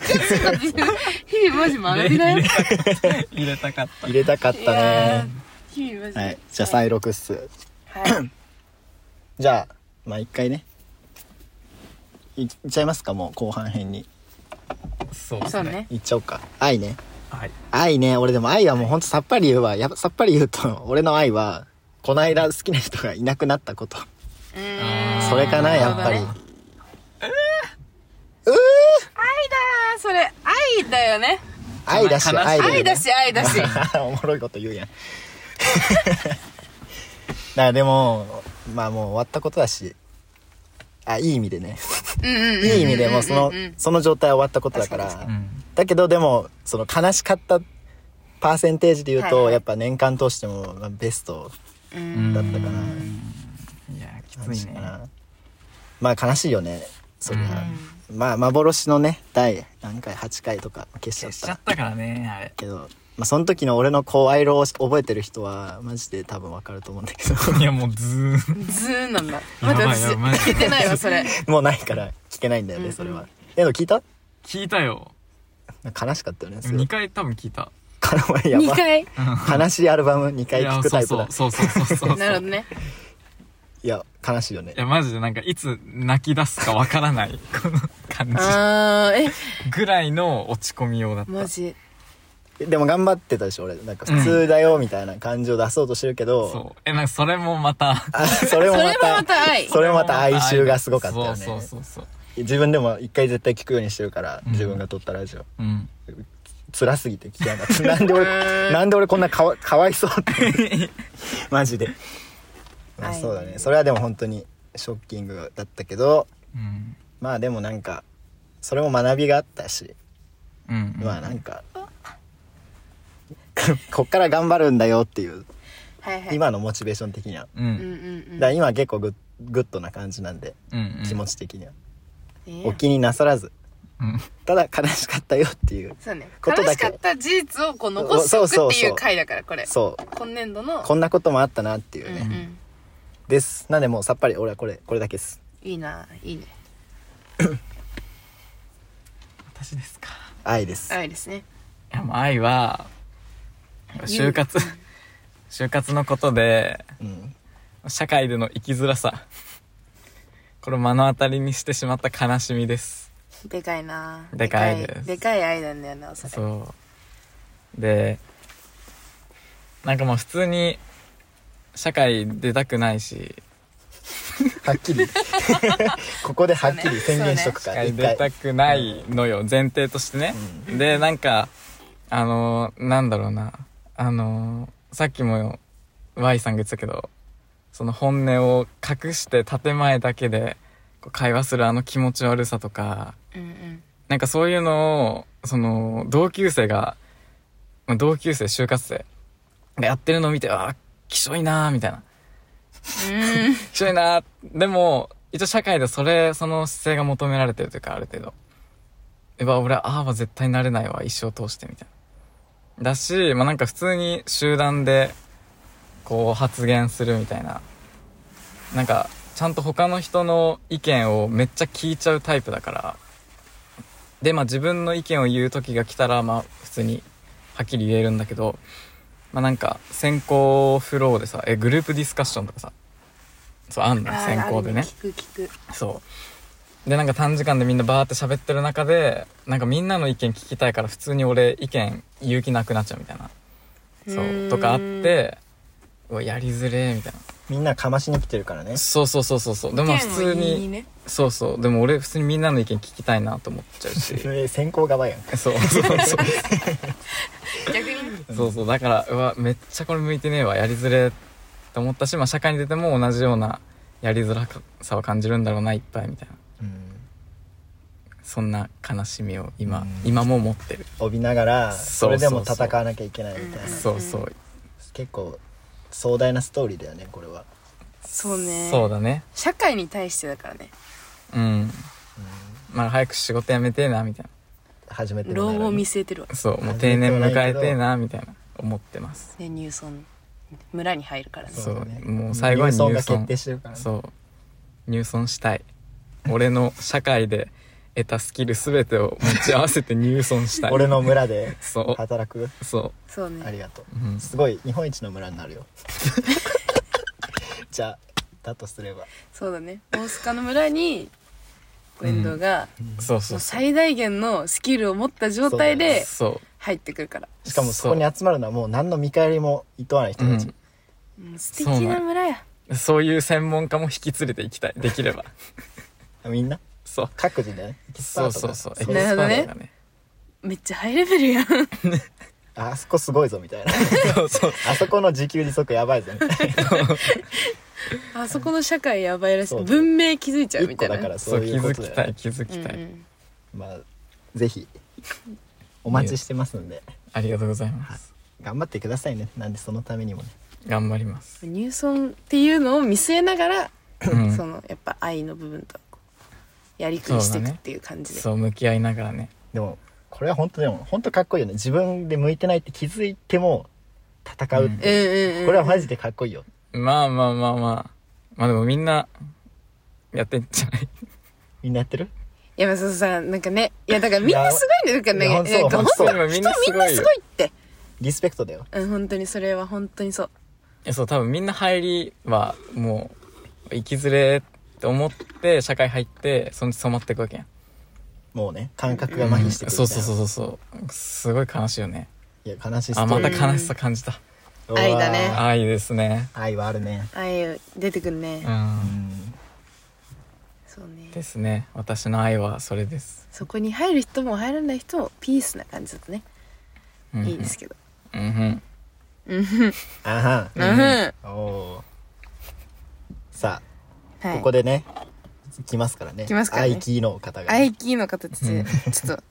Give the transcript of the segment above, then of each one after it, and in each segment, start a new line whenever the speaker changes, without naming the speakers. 私たち日々マジ学びだよ。
入れたかった
入れたかった
いや
ね
ー日々マジで。
はいじゃあ再録っす
はい。
じゃあまあ一回ねいいっちゃいますかもう後半編に
そうで
そ
す
う
ね
ね。
いっちゃおうか愛ね
はい
愛ね俺でも愛はもうほんとさっぱり言うわやっぱさっぱり言うと 俺の愛はこないだ好きな人がいなくなったこと
うーん。
それかなやっぱり
そうだね愛だーそれ、愛だよね。
愛だし
悲しい
愛だよね
愛だし、愛だし。
おもろいこと言うやん だからでもまあもう終わったことだしあいい意味でね
うんうんうん。
いい意味でもうその
うんうんうん
その状態は終わったことだから
うん
だけどでもその悲しかったパーセンテージで言うと、
はいはい
やっぱ年間通してもまあベスト
うん
だったかない
やーきつ
感じ
い
か
ね
なまあ悲しいよねそれは、まあ幻のね第何回8回とか消しち
消
ゃっ
しちゃ
た
ったからねあれ
けど、まあ、その時の俺の声色を覚えてる人はマジで多分わかると思うんだ けど
いやもうずーん
ズーンなんだ。
や
待
ば
っ
い
て、
やば
私、
いマジで
聞けてないわ、それ。
もうないから聞けないんだよねそれは、えの聞いた
聞いたよ
悲しかったよねすご
2
い
回多分聞いた
かなりや
2
ばい
回。
悲しいアルバム2
い
回
や
聞くタイプ
そ
だ
うそうそうそうそうそう
なるほどね。
いや悲しいよね
いやマジでなんかいつ泣き出すかわからないこの感
あー、え、
じぐらいの落ち込みようだった
マジ。
でも頑張ってたでしょ俺なんか普通だよみたいな感じを出そうとしてるけど、
そうえなんかそれもまた
あそれ
そ
もま
れもま
た
た愛。
それもまた哀愁がすごかったよね
そうそうそうそう
自分でも一回絶対聞くようにしてるから、
うん
自分が撮ったラジオ
うん
辛すぎて聞けなかったなんで俺なんで俺こんなかわかわいそうって マジで、まあ、
はい
そうだねそれはでも本当にショッキングだったけど
うん
まあでもなんかそれも学びがあったし
うん
まあなんか こっから頑張るんだよっていう
はいはい。
今のモチベーション的には
う
うんんうんう
だ
ん。
から今結構グッグッドな感じなんで
うん
気持ち的には、
いい
お
や
気になさらず
うん
ただ悲しかったよっていう
そうね。
こと
悲
だ
し
け
かった事実をこう残しておくっていう回だから、これ。
そう
今年度の。
こんなこともあったなっていううんね、
うん。
ですなんでもうさっぱり俺はこれこれだけです
いいな、いいね。
私ですか
愛です、
愛ですね。
いやもう愛は就活就活のことで
うん、
社会での生きづらさこれを目の当たりにしてしまった悲しみです
でかいな
でかいです
でかい愛なんだよな、それ。
そうでなんかもう普通に社会出たくないし
はっ きりここではっきり宣言しとく
社
から
会
一
出た
回
くないのよ前提としてね、でなんかあのーなんだろうなあのーさっきも Y さんが言ってたけどその本音を隠して建前だけでこう会話するあの気持ち悪さとか
うんうん。
なんかそういうのを、その、同級生が、まあ同級生、就活生がやってるのを見て、ああ、きしょいなーみたいな。きしょいなーでも、一応社会でそれ、その姿勢が求められてるというか、ある程度。えば、俺、ああは絶対なれないわ、一生通して、みたいな。だし、まあなんか普通に集団で、こう発言するみたいな。なんか、ちゃんと他の人の意見をめっちゃ聞いちゃうタイプだから。で、まあ自分の意見を言う時が来たら、まあ普通にはっきり言えるんだけど、まあなんか先行フローでさ、え、グループディスカッションとかさ、そうあんの
あ
よ
ー
先行で
あ
ね
る。聞く聞く。
そう。で、なんか短時間でみんなバーって喋ってる中で、なんかみんなの意見聞きたいから普通に俺意見言う気なくなっちゃうみたいな。そうう。
ーん
とかあって、うわ、やりづれーみたいな。
みんなかましに来てるからね
そうそうそうそうそうでもまあ普通
意見を言い
に
ね。
そうそうでも俺普通にみんなの意見聞きたいなと思っちゃうし
え先行側やん
そうそうそう
逆に。
そうそうだからうわめっちゃこれ向いてねえわやりづれと思ったし、まあ、社会に出ても同じようなやりづらさを感じるんだろうないっぱいみたいな
うん
そんな悲しみを今、
うん
今も持ってる
帯びながら
そ
そ
そ
うれ
うそ
で
う
も戦わなきゃいけないみたいな
そうそう
結構壮大なストーリーだよねこれは
そうね。
そうだね
社会に対してだからね。
うんまあ早く仕事辞めてえなみたい
初めて
老後を見据えてるわ。
なそうもう定年迎えてえなみたいな思ってます
ね、入村。村に入るからね。
そ
そううだね
もう最後は
入村
入
が
村
決定してるからね
そう入村したい俺の社会で得たスキル全てを持ち合わせて入村したい
俺の村で
そ
働く
うそう
そう
あ
ね
りがとう
うん
すごい日本一の村にな るよじゃあだとすれば
そうだね大須賀の村にウェンドが、
そうそ
もう
うそ
最大限のスキルを持った状態
う
で
そ
入ってくるから
しかもそこに集まるのはもう何の見返りもいとわない人
う、う
たち、
ん、
もう素敵な村や
そういう専門家も引き連れていきたいできれば
みんな
そう
各自でねエキスパ
そう
ート
そ
が
うそう
なるほどね
エキスパートがね
めっちゃハイレベル やん
ああそこすごいぞみたいな
そうそう
あそこの自給自足やばいぞみたいな
あそこの社会やばいらし
そう
い
だよ
文明気づいちゃうみ
一
た
個
いな
だから
そ
そうう
気
いうこ
づ
と
き
だよ
た
ね
い気づきたい、
うんうん
まあぜひお待ちしてますんで
ありがとうございます
頑張ってくださいねなんでそのためにもね
頑張り ます、
入村っていうのを見据えながら、
うん、
そのやっぱ愛の部分とこうやりくりしていくっていう感じで
そう向き合いながらね
でもこれは本当でも本当かっこいいよね自分で向いてないって気づいても戦うって、
うんうんうん
これはマジでかっこいいよ
まあまあまあまあまあでもみんなやってんじゃない
みんなやってる
いやまあそうさなんかねいやだからみんなすごいんだよだ
い
か
や
ら
い
ね
や
なんか
本当そう
本当
今
に
み
人
ん
みん
な
な
す
す
ごい
ごい
よ
って
リスペクトだよ
うん本当にそれは本当にそう
いや そう多分みんな入りはもう生きづれって思って社会入ってそのうち染まっていくわけやん
もうね感覚が麻痺してくるみた
そ
いな、
うそうそうそうそうすごい悲しいよね
いや悲しいスト
あ
ー
ま
リ
た
ー
悲しさ感じた
うわー
愛だね
愛ですね
愛はあるね
愛出てくるね、
うん
うん
そうね
ですね私の愛はそれです、
そこに入る人も入らない人もピースな感じだとね、
うんうん、
いいですけど
うんう
うん、
ん
あ
は
はんおーさあ、
い
ここでね来ますからね
来ますからね
愛キーの方が、
愛機の形でちょっと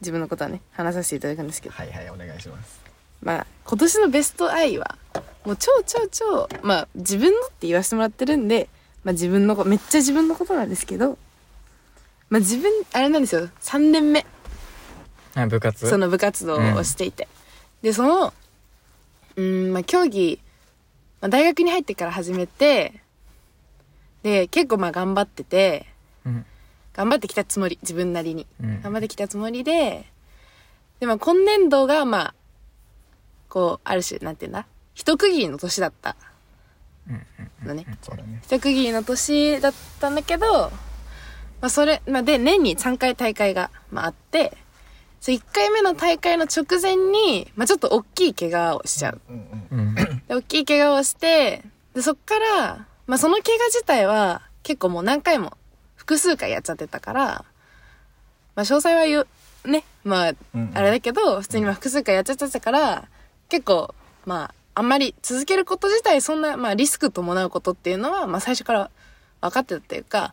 自分のことはね話させていただくんですけど
はいはいお願いします
まあ今年のベスト愛はもう超超超まあ自分のって言わせてもらってるんで、まあ、自分のこめっちゃ自分のことなんですけどまあ自分あれなんですよ3年目
はい部活
その部活動をしていて、でそのうーんまあ競技、まあ、大学に入ってから始めてで結構まあ頑張ってて
うん
頑張ってきたつもり自分なりに、
うん
頑張ってきたつもりででまあ今年度がまあこうある種なんて言うんだ一区切りの年だったのね
そうだね
一区切りの年だったんだけど、まあ、それ、まあ、で年に3回大会が、まあ、あってそ1回目の大会の直前に、まあ、ちょっと大きい怪我をしちゃう
うんうん
うん
で、大きい怪我をして、で、そっから、まあ、その怪我自体は、結構もう何回も、複数回やっちゃってたから、まあ、詳細は言う、ね、まあ
うん、
あれだけど、普通にまあ複数回やっちゃってたから、結構、まあ、あんまり続けること自体、そんな、まあ、リスク伴うことっていうのは、まあ、最初から分かってたっていうか、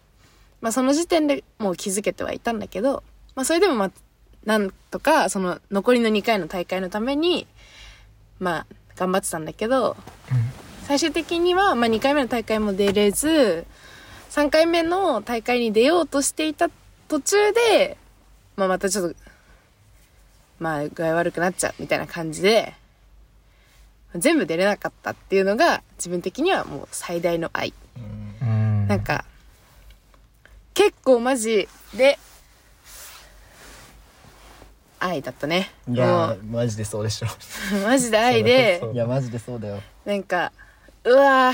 まあ、その時点でもう気づけてはいたんだけど、まあ、それでもまあ、なんとか、その、残りの2回の大会のために、まあ、頑張ってたんだけど、最終的には、まあ、2回目の大会も出れず、3回目の大会に出ようとしていた途中で、まあ、またちょっと、まあ、具合悪くなっちゃうみたいな感じで、全部出れなかったっていうのが、自分的にはもう最大の愛。
うん
なんか、結構マジで、愛だったね。
い
も
や
う
ー、マジでそうでしょ
マジで愛で、
いやマジでそうだよ
なんか、うわぁ、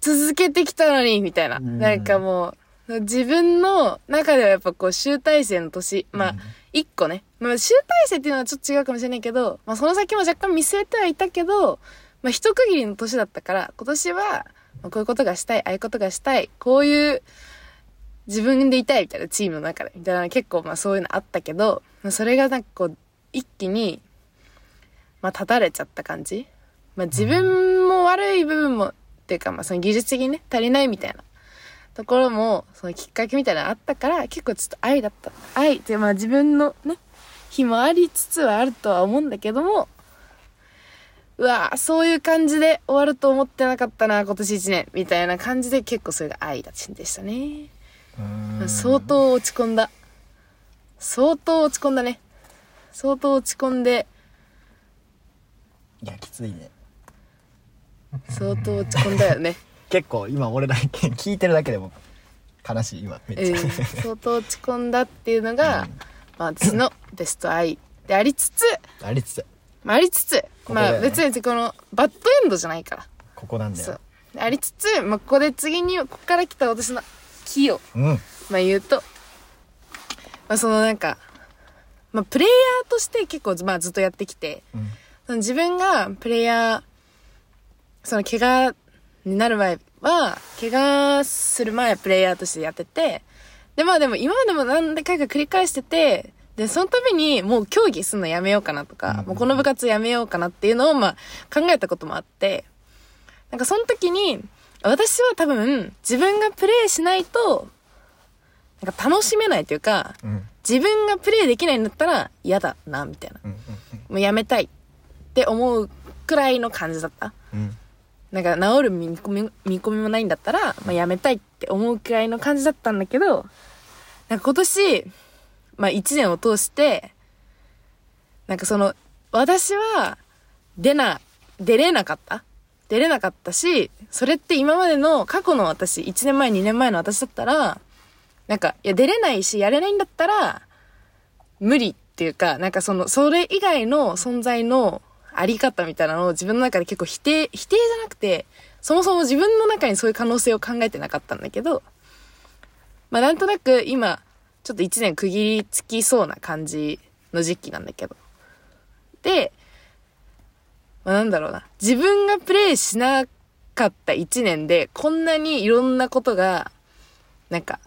続けてきたのに、みたいな。
ん
なんかもう、自分の中ではやっぱこう集大成の年、まあ、一個ね。まあ集大成っていうのはちょっと違うかもしれないけど、まあその先も若干見据えてはいたけど、まあ一区切りの年だったから、今年は、まあこういうことがしたい、ああいうことがしたい、こういう自分でいたいみたいな、チームの中で、みたいな結構まあそういうのあったけど、まあそれがなんかこう、一気に、まあ、立たれちゃった感じ。まあ、自分も悪い部分も、っていうか、まあ、その技術的にね、足りないみたいなところも、そのきっかけみたいなのあったから、結構ちょっと愛だった。愛って、まあ、自分のね、日もありつつはあるとは思うんだけども、うわぁ、そういう感じで終わると思ってなかったな、今年一年、みたいな感じで結構それが愛だちでしたね。相当落ち込んだ。相当落ち込んだね。相当落ち込んで、
いやきついね
相当落ち込んだよね。
結構今俺ら聞いてるだけでも悲しい今めっ
う
ち
ん
ゃ、
相当落ち込んだっていうのが、
うん
まあ、私のベストアイでありつつ、
ありつつ
まあ、ありつつ、
ここだ
ま
よね
あ、別にこのバッドエンドじゃないから。
ここなんだ
そ
よ
う。ありつつ、まあ、ここで次に、ここから来た私の木を、
うん
まあ、言うと、まあ、そのなんか、まあ、プレイヤーとして結構、まあ、ずっとやってきて、
うん
その自分がプレイヤー、その怪我になる前は、怪我する前はプレイヤーとしてやってて、で、まあでも今までも何回か繰り返してて、で、そのためにもう競技するのやめようかなと
うんうん
か、
うん
もうこの部活やめようかなっていうのをまあ考えたこともあって、なんかその時に、私は多分自分がプレイしないと、なんか楽しめないというか、
うんうん
自分がプレイできないんだったら嫌だな、みたいな。
うん
もうやめたいって思うくらいの感じだった。
うんうん
なんか治る見込み、見込みもないんだったら、まあやめたいって思うくらいの感じだったんだけど、なんか今年、まあ一年を通して、なんかその、私は出な、出れなかった出れなかったし、それって今までの過去の私、1年前、2年前の私だったら、なんか、いや出れないし、やれないんだったら、無理っていうか、なんかその、それ以外の存在のあり方みたいなのを自分の中で結構否定、否定じゃなくて、そもそも自分の中にそういう可能性を考えてなかったんだけど、まあなんとなく今、ちょっと一年区切りつきそうな感じの時期なんだけど。で、まあなんだろうな。自分がプレイしなかった一年で、こんなにいろんなことが、なんか、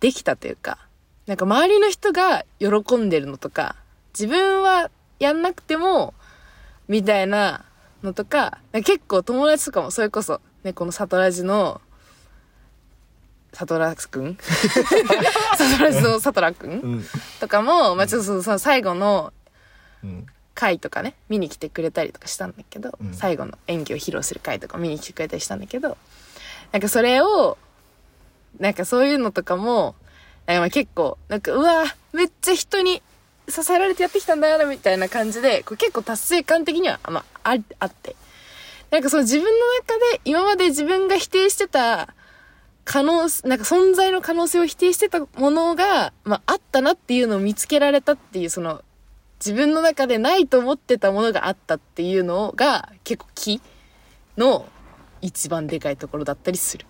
できたというか、なんか周りの人が喜んでるのとか、自分はやんなくても、みたいなのとか、なんか結構友達とかもそれこそ、ね、このサトラジの、サトラくん サトラジのサトラくん
うん
とかも、まあちょっとそのその最後の
うん
回とかね、見に来てくれたりとかしたんだけど、
うん
最後の演技を披露する回とか見に来てくれたりしたんだけど、なんかそれを、なんかそういうのとかも、なんかまあ結構、なんかうわめっちゃ人に支えられてやってきたんだな、みたいな感じで、こう結構達成感的には、まあ、ああって。なんかその自分の中で、今まで自分が否定してた、可能、なんか存在の可能性を否定してたものが、まああったなっていうのを見つけられたっていう、その自分の中でないと思ってたものがあったっていうのが結構木の一番でかいところだったりする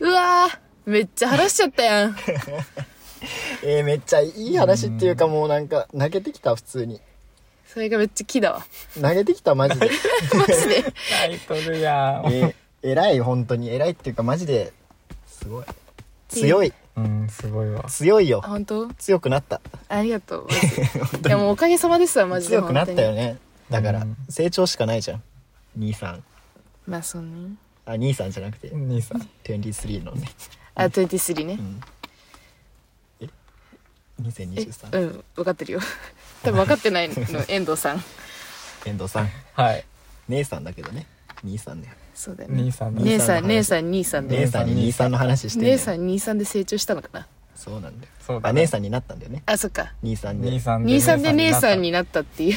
うわーめっちゃ話しちゃったやん
えー、めっちゃいい話っていうかもうなんか投げてきた普通に
それがめっちゃ木だわ
投げてきたマジで、
マジで
タイトルや
えー、偉い本当に偉いっていうかマジですごい強い
うんすごいわ
強いよ
あ本当
強くなった
ありがとうマジでいやもうおかげさまですわマジで
強くなったよ
ね
ねだから
うん
成長しかないじゃん兄さん
まあそうね
あ兄さんじゃなくて
兄さん
23のね
あ23ね
うんえ
え
2023
うん分かってるよ多分分かってないの遠藤さん
遠藤さん
はい
姉さんだけどね兄さんね
そうだよね
兄さんだ
姉さん姉
姉
さん兄さん
姉
で
さんに兄さんの話してんだよ
姉さん兄さんで成長したのかな
そうなんだよ
そうだね
あ姉さんになったんだよね
あそっか
兄さんで
兄さん
兄さんで姉さん
に
に
なっ
なったっていう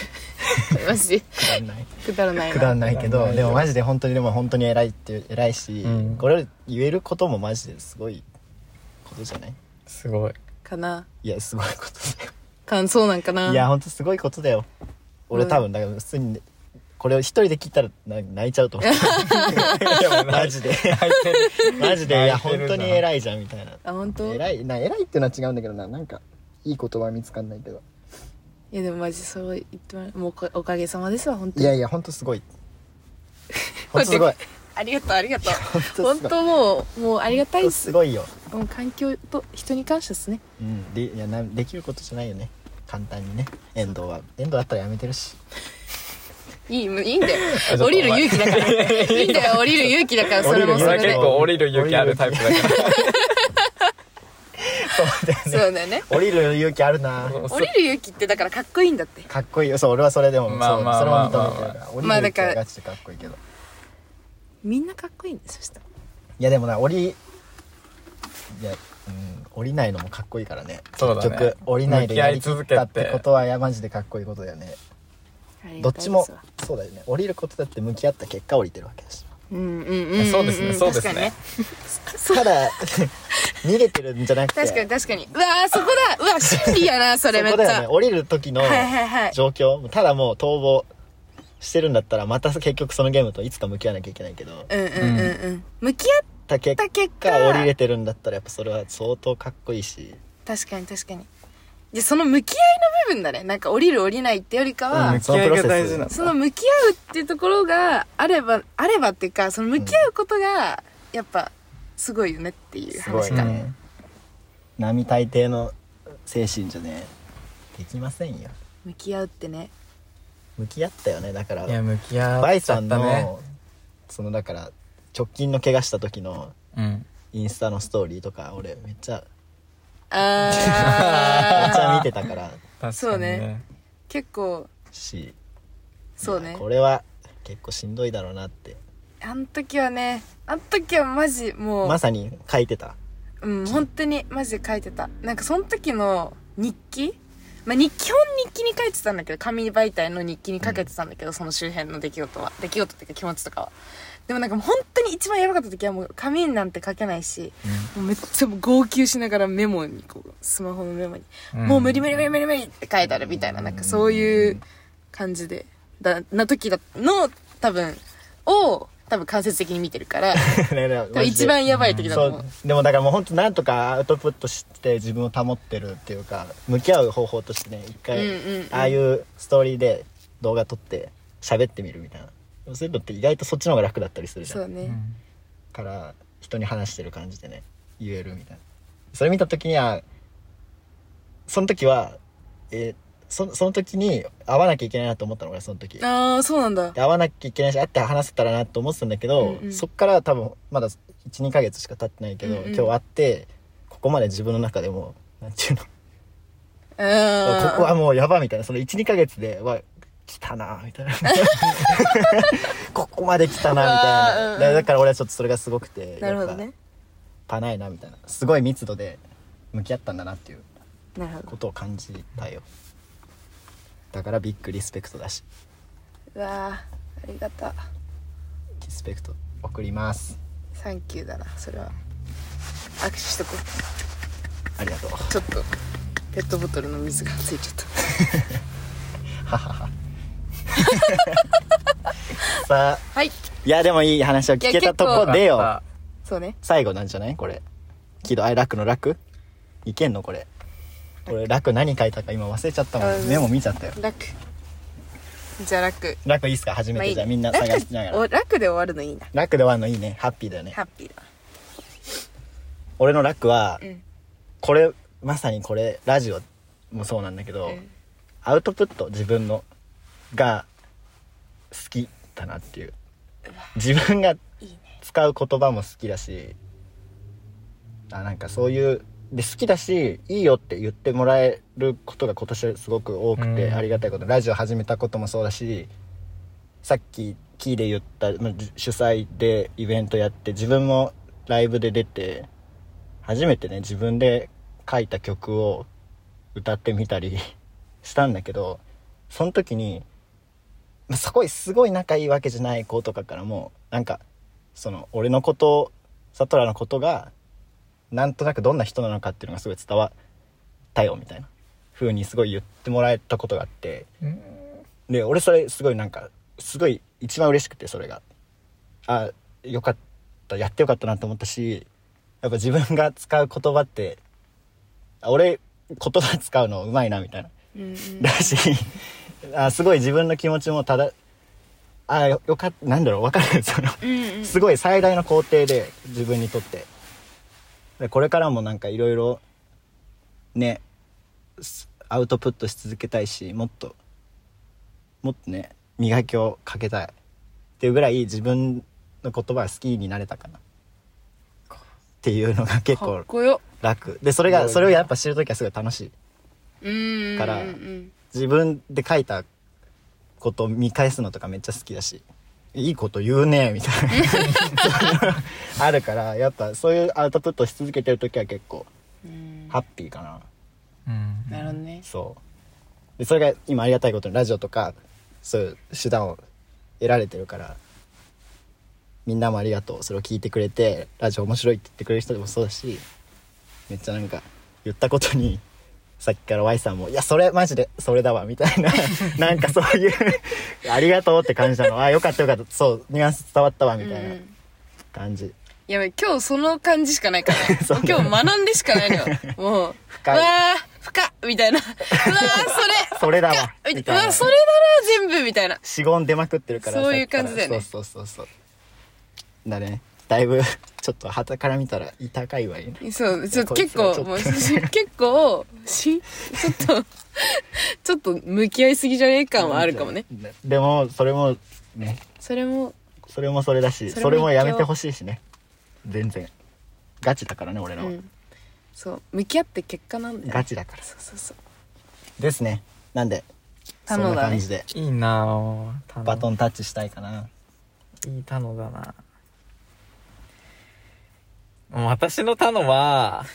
マジで
くだんない
くだらない
くだ
なん
ない
く
け
だ
ど
らない
でもマジで本当にでも本当に偉いって偉いし、
うん
これ言えることもマジですごいことじゃない
たすごい
かない
やすごいことだよ、
感想なんかない
や本当すごいことだよ俺
うん
多分だから普通にねこれを一人で聞いたらな泣いちゃうと思うマジで
入ってる
マジでいや
泣いてる
本
な
当に偉いじゃんみたいな
あ本当い
偉いな偉いってのは違うんだけどななんかいい言葉は見つかんないけど
やでもマジそう言ってもらうもうこおかげさまですわ本当
い
に
やいや本当すごい本当 すごい
ありがとうありがとう
本
本
当すごい
当もうもうありがたいっす
すごいよ、
もう環境と人に感謝ですね
うん、でいやなできることじゃないよね簡単にね遠藤は遠藤だったらやめてるし
いいもういいんだよ
と
降りる勇気だからいいんだよ降りる勇気だからそれも
降り
そ
る
俺
れ
勇
で
結 構降りる勇
気
気あるタイプだか
そうだよね
降りる勇気ある
ら
な
降りる勇気ってだからかっこいいんだって
かっこいいよそう俺はそれでも、
まあ
そう
まあ
それも
まあ
認めてるから降りる
まあ
勇
だ
気
から
はガチでかっこいいけど、
みんなかっこいいんですそしたら
いやでもな降りいやうん降りないのもかっこいいからね
そうだね
結局降りないでやりきった
向
っ
き合い続けて
てことはいやマジでかっこいいことだよね
ありが
どった
い
ち
で
も
すわ
そうだよね降りることだって向き合った結果降りてるわけだし
うんうんうんんん
そうですねそうですね
ただ 逃げてるんじゃなくて
確かに確かに確かにうわーそこだうわ真理や なそれめっ
そ
ち
こだよね
ゃ
降りる時の
はいはいはい
状況、ただもう逃亡してるんだったらまた結局そのゲームといつか向き合わなきゃいけないけど
うんうんうんうん向き合っ
た結
た結
果
果
降りれてるんだったらやっぱそれは相当かっこいいし
確かに確かにでその向き合いの部分だねなんか降りる降りないってよりかは、
うん
向き合いが大事なん
その
だ
向き合うっていうところがあればあればっていうかその向き合うことがやっぱすごいよねっていう
すご
話
い
か、
ね並大抵の精神じゃねできませんよ
向き合うってね
向き合ったよねだから
いや向き合
バ
っ
イ
ちゃ
さ
っ
ん
た
の、
ね
そのだから直近の怪我した時の
うん
インスタのストーリーとか俺めっちゃめ っ
あ
ちゃ
あ
見てたから
確かに
そうね結構
し
そうね
これは結構しんどいだろうなって
あん時はねあん時はマジもう、
まさに書いてた
うん本当にマジで書いてたなんかその時の日記まあ日記基本日記に書いてたんだけど紙媒体の日記に書けてたんだけど、その周辺の出来事は出来事っていうか気持ちとかはでもなんかもう本当に一番やばかった時はもう紙になんて書けないし、もうめっちゃもう号泣しながらメモにこうスマホのメモに、
うん
もう無理無理無理無理無理って書いてあるみたいななんかそういう感じでだな時だの多分を多分間接的に見てるから 多分一番やばい時だと
そ
思う
うでもだからもう本当なんとかアウトプットして自分を保ってるっていうか向き合う方法としてね一回、
うんうんうん
ああいうストーリーで動画撮って喋ってみるみたいなそういうのって意外とそっちの方が楽だったりするじゃん
そうね、
うん
から人に話してる感じでね言えるみたいなそれ見た時にはその時は、えーそその時に会わなきゃいけないなと思ったの俺その時で
ああそうなんだ
会わなきゃいけないし会って話せたらなと思ってたんだけど、
うんうん
そっから多分まだ12ヶ月しか経ってないけど、
うんうん
今日会ってここまで自分の中でもなんていうのこ
うーん
こはもうやばみたいなその12ヶ月では来たなみ たいなここまで来たなみたい
う
な、
わーうんうん
だから俺はちょっとそれがすごくて
なるほ
や
ど
っぱ
ね
パないなみたいなすごい密度で向き合ったんだなっていう
なるほど
ことを感じたよだからビッグリスペクトだし
うわあありがた
リスペクト送ります
サンキューだなそれは握手しとこう
ありがとう
ちょっとペットボトルの水がついちゃった
さあ
はい
いやでもいい話を聞けたとこで
よ
よ
か
そうね
最後なんじゃないこれ喜怒哀楽の楽いけんのこれ俺楽何書いたか今忘れちゃったも
うん
んメモ見ちゃったよ
楽じゃあ楽
楽いいっすか初
ま
め
あ
て
いい
じゃあみんな探しなが ら
楽お楽で終わるのいいな
楽で終わるのいいねハッピーだよね
ハッピーだ
俺の楽は、
うん
これまさにこれラジオもそうなんだけど、
うん
アウトプット自分のが好きだなっていう自分が
いいね
使う言葉も好きだしあなんかそういうで好きだしいいよって言ってもらえることが今年すごく多くて、
うん
ありがたいことラジオ始めたこともそうだしさっきキーで言ったまあじ主催でイベントやって自分もライブで出て初めてね自分で書いた曲を歌ってみたりしたんだけどその時にまあすごいすごい仲いいわけじゃない子とかからもなんかその俺のことサトラのことがなんとなくどんな人なのかっていうのがすごい伝わったよみたいな風にすごい言ってもらえたことがあって
うん
で俺それすごいなんかすごい一番嬉しくてそれがあよかったやってよかったなと思ったしやっぱ自分が使う言葉ってあ俺言葉使うのうまいなみたいな
うんうん
だし あすごい自分の気持ちもただあよよかったなんだろうわかるその
うんうん
すごい最大の工程で自分にとってでこれからもなんかいろいろねすアウトプットし続けたいしもっともっとね磨きをかけたいっていうぐらい自分の言葉が好きになれたかなっていうのが結
かっ
構
こよ
楽でそれがそれをやっぱ知るときはすごい楽しい
うんうんうん
から
うん
自分で書いたことを見返すのとかめっちゃ好きだしいいこと言うねみたいなあるからやっぱそういうアウトプットし続けてる時は結構
うん
ハッピーかな
うん
なるほどね
そうでそれが今ありがたいことにラジオとかそういう手段を得られてるからみんなもありがとうそれを聞いてくれてラジオ面白いって言ってくれる人でもそうだしめっちゃなんか言ったことにさっきから Y さんも「いやそれマジでそれだわ」みたいな なんかそういうありがとうって感じなのあよかったよかったそうニュアンス伝わったわみ
うん
たい
うん
な感じ、
やべ今日その感じしかないから
そう
今日学んでしかないのよ もう
深いう
わー深っみたい なうわーそ
それだわ
れ
み
み
た
たい
いな
なうわそれだな全部みたいな
しごん出まくってるから
そういう
さっきから
感じだよね
そうそうそうそうだねだいぶちょっと旗から見たら痛かいわいね
そうちょっと
こい
結
つら
構
ちょっと
もう 結構しちょっと ちょっと向き合いすぎじゃねえ感はあるかもね
でもそれもね
それも
それもそれだしそれ
それも
も
一興
やめてほしいしね全然ガチだからね俺
う
らは、
んそう向き合って結果なんだよ
ガチだから
そうそうそう
ですねなんでそん
頼
なん
だね
感じで
いいなぁ頼
バトンタッチしたいかない
いたのだな私の他のは、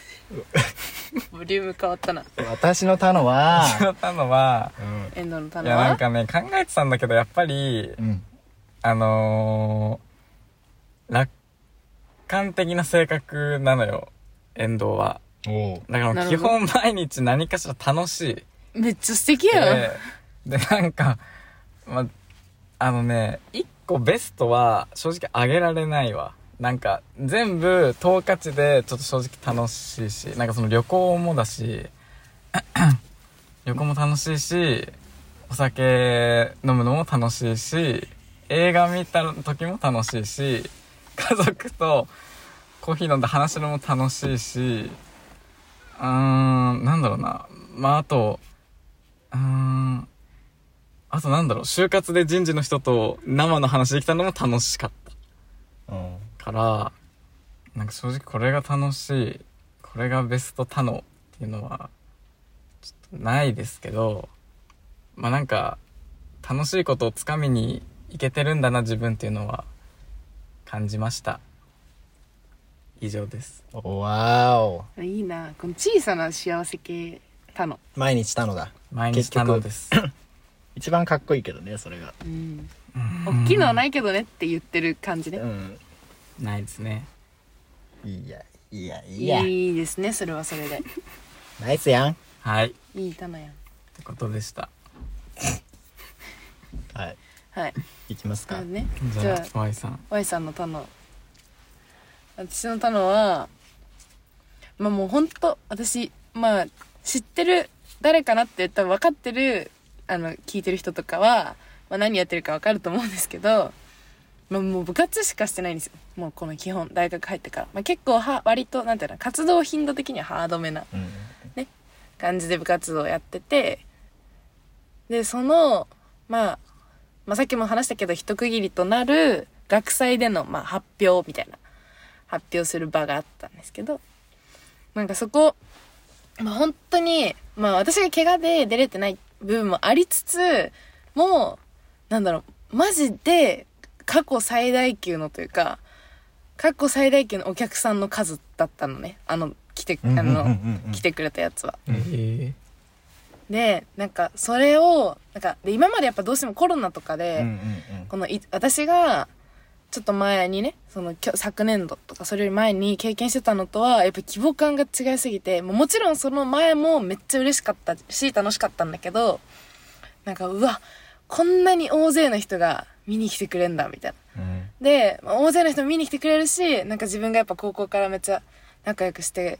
ボリューム変わったな
私の他 のは
私の他のは、
うん
エンドの棚
いやなん
は
かね、考えてたんだけど、やっぱり、
うん
あのー楽観的な性格なのよ、遠藤は。
おう
だからも
なる
う基
ほど
本毎日何かしら楽しい。
めっちゃ素敵やん
で、でなんか、ま、あのね、一個ベストは正直あげられないわ。なんか、全部、統括で、ちょっと正直楽しいし、なんかその旅行もだし、旅行も楽しいし、お酒飲むのも楽しいし、映画見た時も楽しいし、家族とコーヒー飲んで話すのも楽しいし、うーん、なんだろうな。まあ、あと、うーん。あとなんだろう、就活で人事の人と生の話できたのも楽しかっ
うん
たから、なんか正直これが楽しい、これがベスト他のっていうのは、ちょっとないですけど、まあなんか、楽しいことをつかみにいけてるんだな自分っていうのは感じました。以上です。
わーお
いいなこの小さな幸せ系他の
毎日たのだ
毎日他のです。
一番かっこいいけどねそれが
うん大きいのはないけどねって言ってる感じ
う
ね
ん
ないですね。
いいやいいやいいや
いいですねそれはそれで
ナイスやん
はい。っ
いい棚やん
てことでした。
はい
はい
いきます
な
か
のでね
じ
じ
ゃ
ゃ
あ、
あ
Y さん。
Y さんの棚私の棚はまあもうほんと私まあ知ってる誰かなって多分分かってるあの聞いてる人とかは、まあ、何やってるか分かると思うんですけど、まあ、もう部活しかしてないんですよもうこの基本大学入ってから、まあ、結構は割となんていうの活動頻度的にはハードめな
うん
感じで部活動やってて、で、その、まあ、まあさっきも話したけど、一区切りとなる学祭での、まあ、発表みたいな、発表する場があったんですけど、なんかそこ、まあ本当に、まあ私が怪我で出れてない部分もありつつ、もう、なんだろう、マジで過去最大級のというか、過去最大級のお客さんの数だったのね。あの、来て、あ
うんうんうんうん
の、来てくれたやつは。
えー
でなんかそれをなんかで今までやっぱどうしてもコロナとか
うんうん
で、
うん
このい私がちょっと前にねそのきょ昨年度とかそれより前に経験してたのとはやっぱ規模感が違いすぎてもうもちろんその前もめっちゃ嬉しかったし楽しかったんだけどなんかうわこんなに大勢の人が見に来てくれんだみたいな。
うん
で、まあ大勢の人も見に来てくれるし、なんか自分がやっぱ高校からめっちゃ仲良くして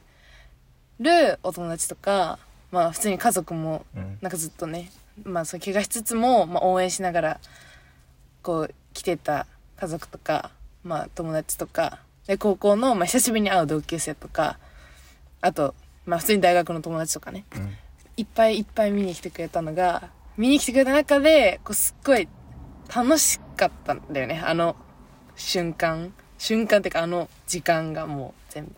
るお友達とか、まあ普通に家族も
うん
なんかずっとね、まあそう怪我しつつも、まあ応援しながら、こう来てた家族とか、まあ友達とか、で高校の、まあ久しぶりに会う同級生とか、あと、まあ普通に大学の友達とかね、
うん
いっぱいいっぱい見に来てくれたのが、見に来てくれた中で、こうすっごい楽しかったんだよね。あの瞬間。瞬間っていうかあの時間がもう全部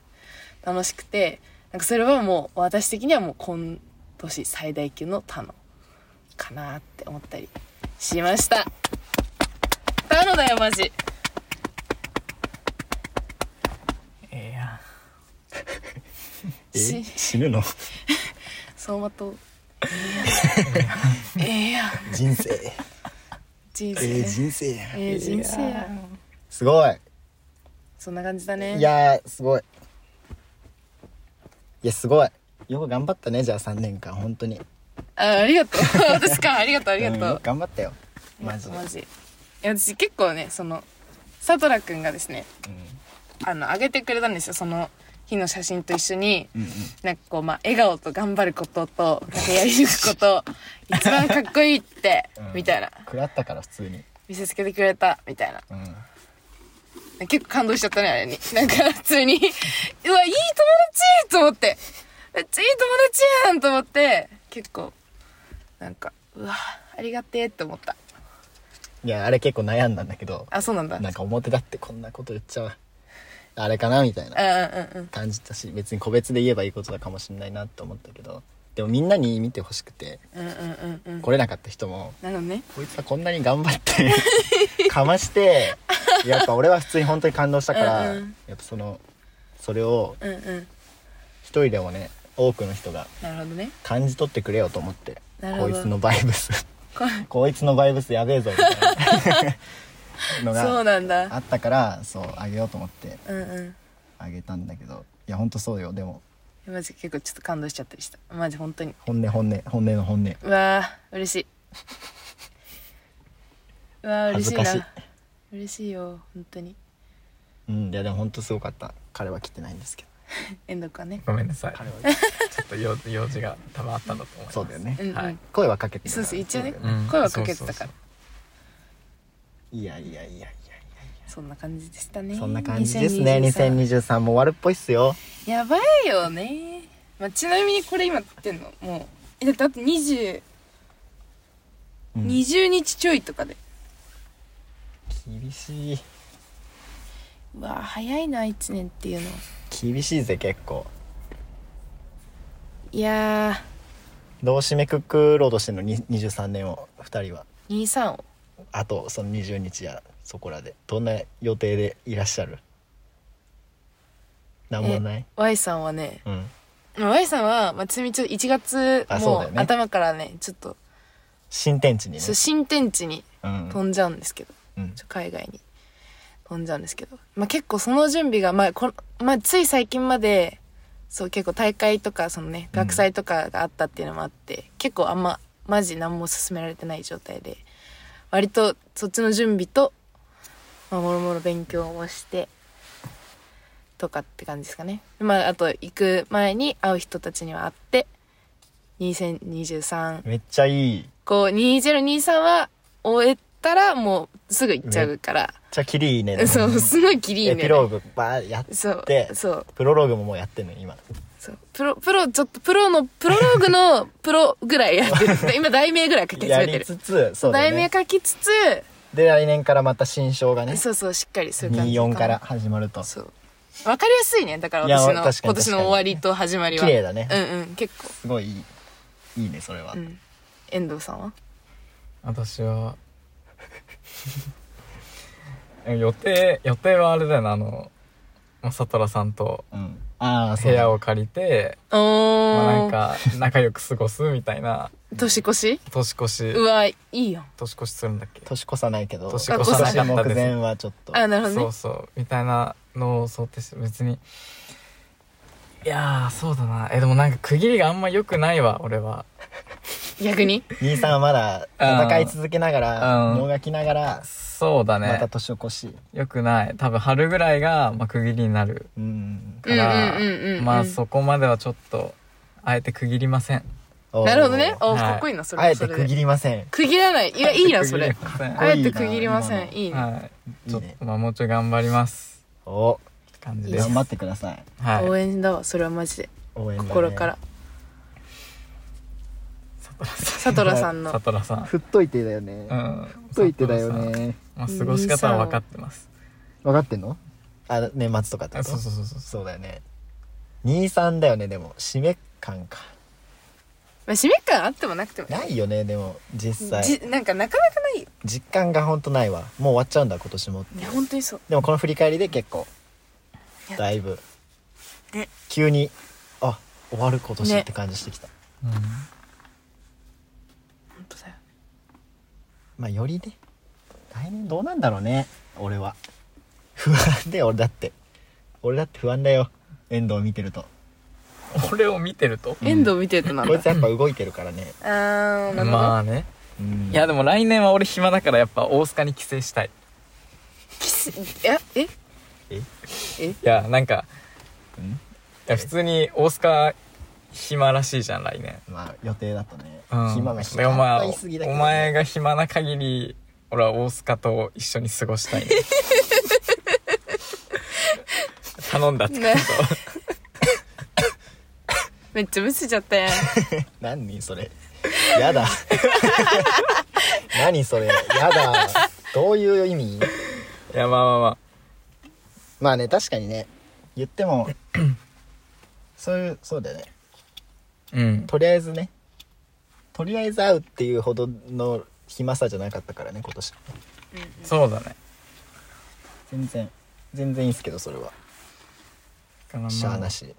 楽しくて、なんかそれはもう私的にはもう今年最大級の他のかなって思ったりしました。他のだよマジ。
ええやん。
え
し
死ぬの
相馬 と、ええやん。ええやん。
人生
人生
ええ
ね。
人生や
ええ人生やん。
すごい
そんな感じだね
いやーすごいいやすごいよく頑張ったねじゃあ3年間本当に
あありがとう私かありがとうありが
うんよ
と
く頑張ったよ
う
マジで
マジいや私結構ねその佐藤くんがですねあの上げてくれたんですよその日の写真と一緒に
うんうん
なんかこうまあ笑顔と頑張ることとなんかやり抜くこと一番かっこいいって、
うん
みたいな
食らったから普通に
見せつけてくれたみたいな
うん
結構感動しちゃったね、あれに。なんか、普通に、うわ、いい友達と思って、めっちゃいい友達やんと思って、結構、なんか、うわ、ありがてえって思った。
いやあれ結構悩んだんだけど
あ、そうなんだ。うんう
なんか表だってこんなこと言っちゃうあれかなみたいなん
うん
感じたし別に個別で言えばいいことだかもしれないなと思ったけどでもみんなに見てほしくて
うん。うんうんうんうん。
来れなかった人も
なるほどね。
こいつはこんなに頑張ってか ましてやっぱ俺は普通に本当に感動したから
うんうん
やっぱそのそれを
うんうん。
一人でもね多くの人が
なるほどね。
感じ取ってくれよと思って
なる
こ
ほど
いつのバイブス
こ
こいつのバイブスやべえぞみたいなの
そうな
が
ん
あ
だ。
ったからそうあげようと思って
うんうん。
あげたんだけどいやほんとそうよでも
マジ結構ちょっと感動しちゃったりした。マジ本当に。
本音本音本音の本音
うわー、嬉しい。うわー、嬉
恥
し
ず
い
かしい
な。嬉しいよ、本当に。
うんいやでもほんとすごかった彼は来てないんですけど
遠藤くんはね。
ごめんなさい
彼は
ちょっと用用事が多分あったんだと思います
そうだよね
うんうん。
はい
声はかけてた
そうそう、一応ね
そうだよ、
うん
声はかけてた
そう
か
そう
ら。
いやいやいやいやいや
そんな感じでしたね。
そんな感じですね
2023
2023も終わるっぽいっすよ
やばいよね。まあ、ちなみにこれ今撮ってんのもう。えだってあと20、
うん
20日ちょいとかで。
厳しいう
わ早いな、1年っていうの。
厳しいぜ結構
いや
どう締めくくろうとしてんのに23年を2人は
ー、23を。
あとその20日やそこらでどんな予定でいらっしゃるなんもない
Y さんはね、
うん
まあ Y さんは、まあ、ちなみにちょっと1月、
あそう
も
だ
う
よね
頭からね、ちょっと、
新天地にね
そう新天地に
うん
飛んじゃうんですけど、
うん
ちょ海外に飛んじゃうんですけど、まあ、結構その準備が、まあこのまあ、つい最近までそう結構大会とかその、ね、
うん
学祭とかがあったっていうのもあって、結構あんまマジ何も進められてない状態で割とそっちの準備と、まあ、もろもろ勉強をしてとかって感じですかね、まあ、あと行く前に会う人たちには会って2023
めっちゃいいめっ
こう2023は終えたらもうすぐ行っちゃうから、
ちゃキリいいね
そうすごいキリいい
エ
ね
ピローグバーやっ
そう
で
そう
プロローグももうやってんの今
そうプロプロちょっとプロのプロローグ のプロぐらいやってる今題名ぐらい書き
や
始めて
り
る、
つつそうだ
題
よ
名
ね
書きつつ、
で来年からまた新章がね
そうそうしっかりする感じ
24から始まるとす
そうわかりやすいねだから
いや
私の
確かに確かに
今年の終わりと始まりは
綺麗だね
うんうん結構
ごいいいいいねそれは、
うん遠藤さんは
私は 予定予定はあれだよなあのまあさとらさんと
うんああ
部
そう
屋
だ
を借りて、
おー、
まあ、なんか仲良く過ごすみたいな
年越し
年越し
うわいいよ
年越しするんだっけ
年越さないけど
年
越さなかったです
今年目前はちょっと
あなるほど
そ
ね
うそうみたいなのを想定して別にいやーそうだなえでもなんか区切りがあんま良くないわ俺は
逆に
兄さんはまだ戦い続けながら
うん
もがきながら
そうだ
また
ね
年を越し
良くない多分春ぐらいが、まあ、区切りになる
うん
から
うんうんうんうんうん
まあそこまではちょっとあえて区切りません
おー
なるほどねお
はい
かっこいいなそれ
あ
は
え
そ
て
れ
区
で
切りません
区切らないいやいいなそれ
区切りません
あえて区切りませ
いい
んい
ない
ね
はいちょっ
いいね
とまあもうちょい頑張ります
お
って感じです
頑張ってください
応
はい
援だわそれはマジで
応援だね
心からさとらさんの
さとらさん
振っといてだよね
うん
振っといてだよね
まあ過ごし方は分かってます
分かってんのあ年末とかって
あ
こと
そうそうそうそう
そうだよね23だよねでも締め感か
まあ締め感あってもなくても
ないよねでも実
じ
際
なんかなかなかないよ
実感がほんとないわもう終わっちゃうんだ今年も
いや本当にそう
でもこの振り返りで結構
いや
だいぶ
ね
急にあ終わる今年
ね
って感じしてきた、
うん
本当だよ
まあよりね来年どうなんだろうね俺は不安で俺だって俺だって不安だよ遠藤見てると
俺を見てると
遠藤見てるとなん
こい
だ
つやっぱ動いてるからね、
あーなるほど、
まあね
うん、
いやでも来年は俺暇だからやっぱ大須賀に帰省したい
キスええ
いやなんか
うん
いや普通に大須賀暇らしいじゃん来年
まあ予定だとね、
うん
暇が
でもまあ
いすぎだけ
お
ど、
前が暇な限り俺は大須賀と一緒に過ごしたいね 頼んだってこと、
ねめっちゃむせちゃったやん
何それやだ 何それやだどういう意味
いやまあまあまあ
まあね確かにね言っ てもそういうそうだよね
うん
とりあえずねとりあえず会うっていうほどの暇さじゃなかったからね今年
そうだね
全然全然いいんすけどそれは
だからまあ
しゃあなし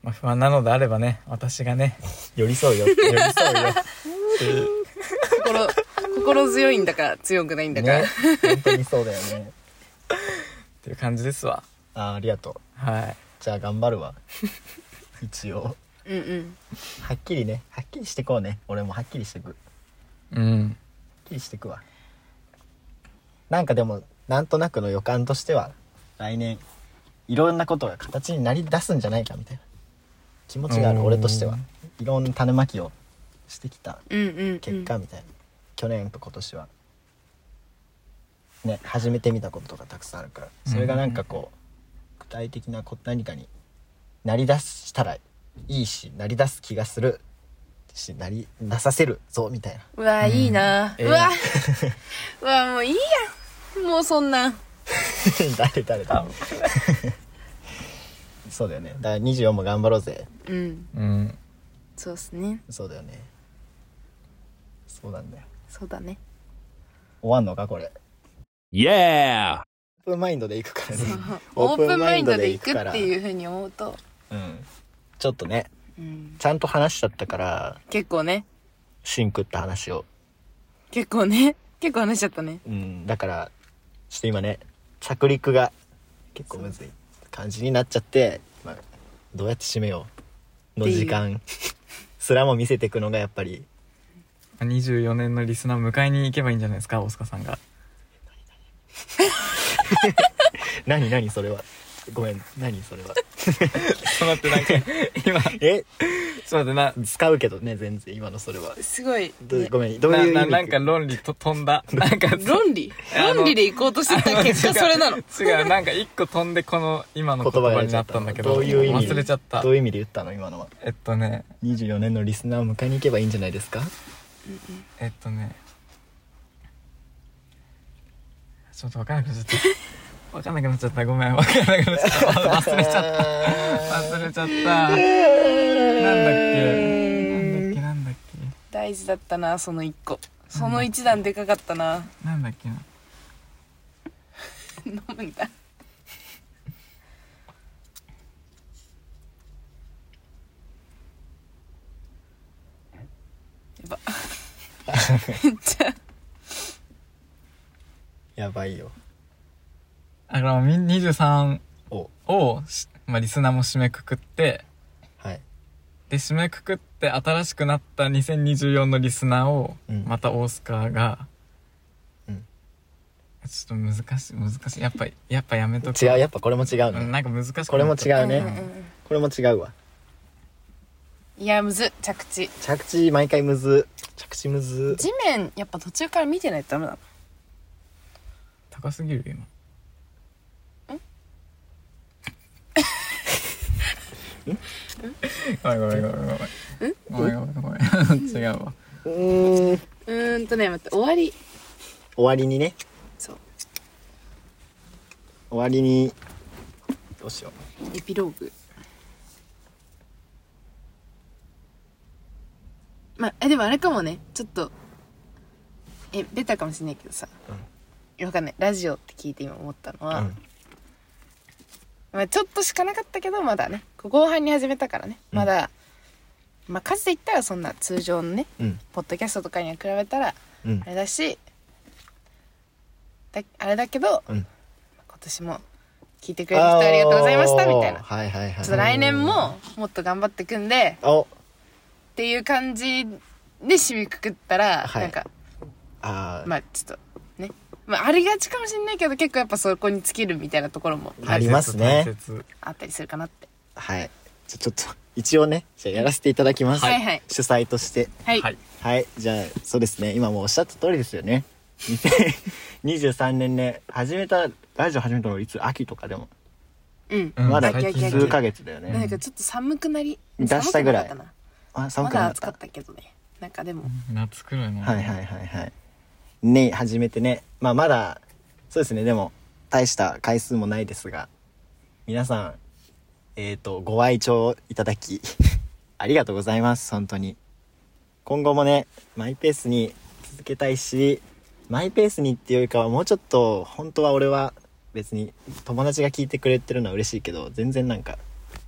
まあ不安なのであればね私がね
寄り添うよ寄り添うよ
心 心強いんだか強くないんだか、
ね本当にそうだよね
っていう感じですわ
あーありがとう
はい
じゃあ頑張るわ一応
うんうん
はっきりねはっきりしてこうね俺もはっきりしてくはっ
うん
きりしてくわなんかでもなんとなくの予感としては来年いろんなことが形になり出すんじゃないかみたいな気持ちがある
うん
俺としてはいろんな種まきをしてきた
うんうんうん
結果みたいな、去年と今年はね始めてみたことがたくさんあるからそれがなんかこう具体的なこ何かになりだしたらいいしなりだす気がするしなりなさせるぞみたいな
うわいいな、
え
う
え
わうわもういいやんもうそんなん
誰誰だ そうだよねだから24も頑張ろうぜ
うん
うん
そうっすね
そうだよねそうなんだよ
そうだね
終わんのかこれ
Yeah!
オープンマインドで行くからね
オープンマインドで行く
から
っていうふうに思うと、
うんちょっとね
うん、
ちゃんと話しちゃったから
結構ね
シンクって話を、
結構ね結構話しちゃったね
うん、だからちょっと今ね着陸が結構むずい感じになっちゃって、まあ、どうやって締めようの時間すらも見せていくのがやっぱり
24年のリスナー迎えに行けばいいんじゃないですか大須賀さんが
何何それはごめん何それは
ちょっと待 ってなんか今ちょっ
え
と待ってな
使うけどね全然今のそれは
すごい、
どう
ね
ごめんどういう意味
なななんか論理と飛んだなんか
論理
あの
論理で行こうとしてた結果それなの
違う違うなんか一個飛んでこの今の
言
言
葉が
葉
出
に
ちゃ
な
っ
ったた
ん
ん
だ
だけ
けど
ど
どういう意味
忘れちゃった
どういう意味で言ったの今のは
えっとね
24年のリスナーを迎えに行けばいいんじゃないですか
えっとねちょっと分かんなくなっちゃった分かんなくなっちゃったごめん分かんなくなっちゃった忘れちゃった忘れちゃったなんだっけなんだっけなんだっけ
大事だったなその一個その一段でかかったな
なんだっけな
飲むんだやばめっちゃ
やばいよ
あのみ23
お
をし、まあ、リスナーも締めくくって
はい
で締めくくって新しくなった2024のリスナーを
うん
また大須賀が、
うん
ちょっと難しい難しいやっぱやっぱやめとく
違うやっぱこれも違うね、
なんか難しくなっちゃ
これも違
う
うね、これも違うわ
いやむずっ着地
着地毎回むず着地むず
地面やっぱ途中から見てないとダメなの
高すぎるよ今 ごめんごめんごめんごめんごめんごめんごめん違うわ
うーん終
うーんとね待って終わり
わりにね
そう
終わりにどうしよう
エピローグまあえでもあれかもねちょっとえベタかもしれないけどさ、わかんないラジオって聞いて今思ったのは、
うん
まあ、ちょっとしかなかったけどまだね後半に始めたからねまだ、まあ数で言ったらそんな通常のね
うん
ポッドキャストとかには比べたら
うん
あれだしだあれだけど、
う
今
ん
年も聞いてくれる人ありがとうございましたみたいなちょ
はいはいはい
っと来年ももっと頑張っていくんで
お
っていう感じで締めくくったら、
はい
なんか
あー、
まあちょっとね、まあ、ありがちかもしれないけど結構やっぱそこに尽きるみたいなところも
あります
大
ね
切
あったりするかなって
はいじゃあちょっと一応ねじゃあやらせていただきます、
はいはい
主催として
はい、
はい
はいじゃあそうですね今もうおっしゃった通りですよね2023年ね始めたラジオ始めたのいつ秋とかでも、
うん、
うん
まだ
最近
数ヶ月だよ
なん
ね
かちょっと寒くなり
出したぐらい
寒くなかっ
あ
たな
寒
ま
くな
だ
っ
暑か
た
ったけどねなんかでも
夏くらいの
はいはいはいはい。ね、始めてね。まあまだ、そうですね、でも、大した回数もないですが、皆さん、えっ、と、ご愛聴いただき、 ありがとうございます、本当に。今後もね、マイペースに続けたいし、マイペースにっていうよりかは、もうちょっと、本当は俺は、別に、友達が聞いてくれてるのは嬉しいけど、全然なんか、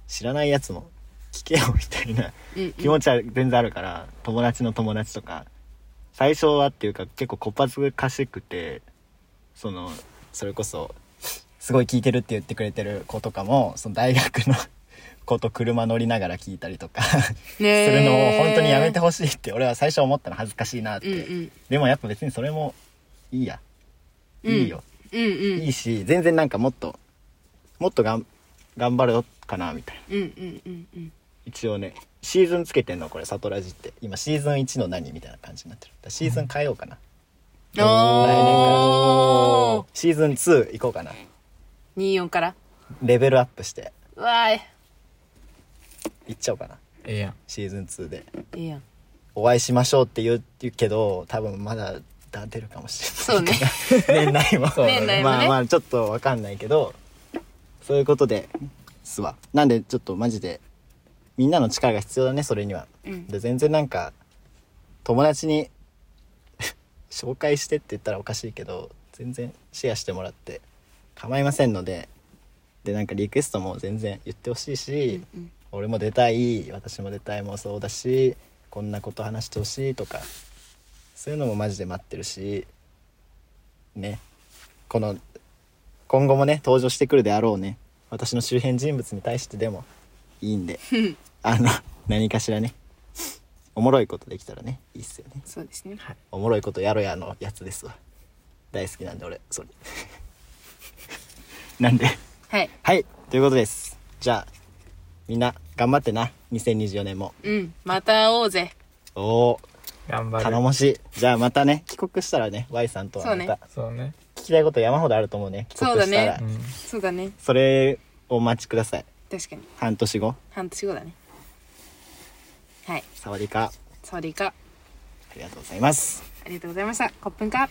知らないやつも、聞けよ、みたいな。
うんうん
気持ちは全然あるから友達の友達とか最初はっていうか結構こっぱずかしくてそのそれこそすごい聞いてるって言ってくれてる子とかもその大学の 子と車乗りながら聞いたりとかす
ねえ
るのを本当にやめてほしいって俺は最初思ったの恥ずかしいなって、
うんうん
でもやっぱ別にそれもいいや
うん
いいよ、
うんうん
いいし全然なんかもっともっとがん頑張るよかなみたいな。
うんうんうんうん
一応ねシーズンつけてんのこれ「サトラジ」って今シーズン1の何みたいな感じになってるだからシーズン変えようかな、
おー
シーズン2行こうかな
24から
レベルアップして
うわーい
行っちゃおうかな
ええやん
シーズン2で
いいやん
お会いしましょうって言う言うけど多分まだ出るかもしれ
そう ね
ない年内も
年内もね
まあまあちょっとわかんないけどそういうことですわなんでちょっとマジでみんなの力が必要だねそれには、
うん
で全然なんか友達に 紹介してって言ったらおかしいけど全然シェアしてもらって構いませんのででなんかリクエストも全然言ってほしいし、俺も出たい私も出たいもそうだしこんなこと話してほしいとかそういうのもマジで待ってるしねこの今後もね登場してくるであろうね私の周辺人物に対してでもい いんであの何かしらねおもろいことできたらねいいっすよね
そうですね
おもろいことやろやのやつですわ大好きなんで俺それ なんで
はい
はいということですじゃあみんな頑張ってな2024年も
うんまた会おうぜ
おお
頑張る
頼もしいじゃあまたね帰国したらね Y さんとはま
そう
た
ね
そうね
聞きたいこと山ほどあると思うね帰国したら
そうだ
そ,、
うん
そうだね
それをお待ちください
確かに
半年後
半年後だねはい
サワディーカー
サワディーカ
ありがとうございます
ありがとうございましたコップンカ